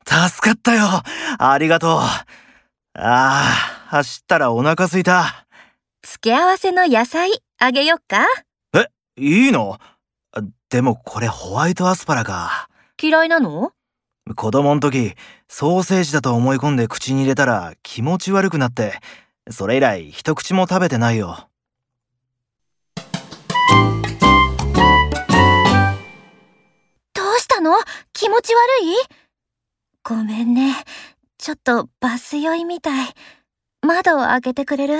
助かったよ。ありがとう。ああ、走ったらお腹すいた。付け合わせの野菜あげよっかいいのでもこれホワイトアスパラか。嫌いなの子供の時、ソーセージだと思い込んで口に入れたら気持ち悪くなって、それ以来一口も食べてないよ。どうしたの気持ち悪いごめんね。ちょっとバス酔いみたい。窓を開けてくれる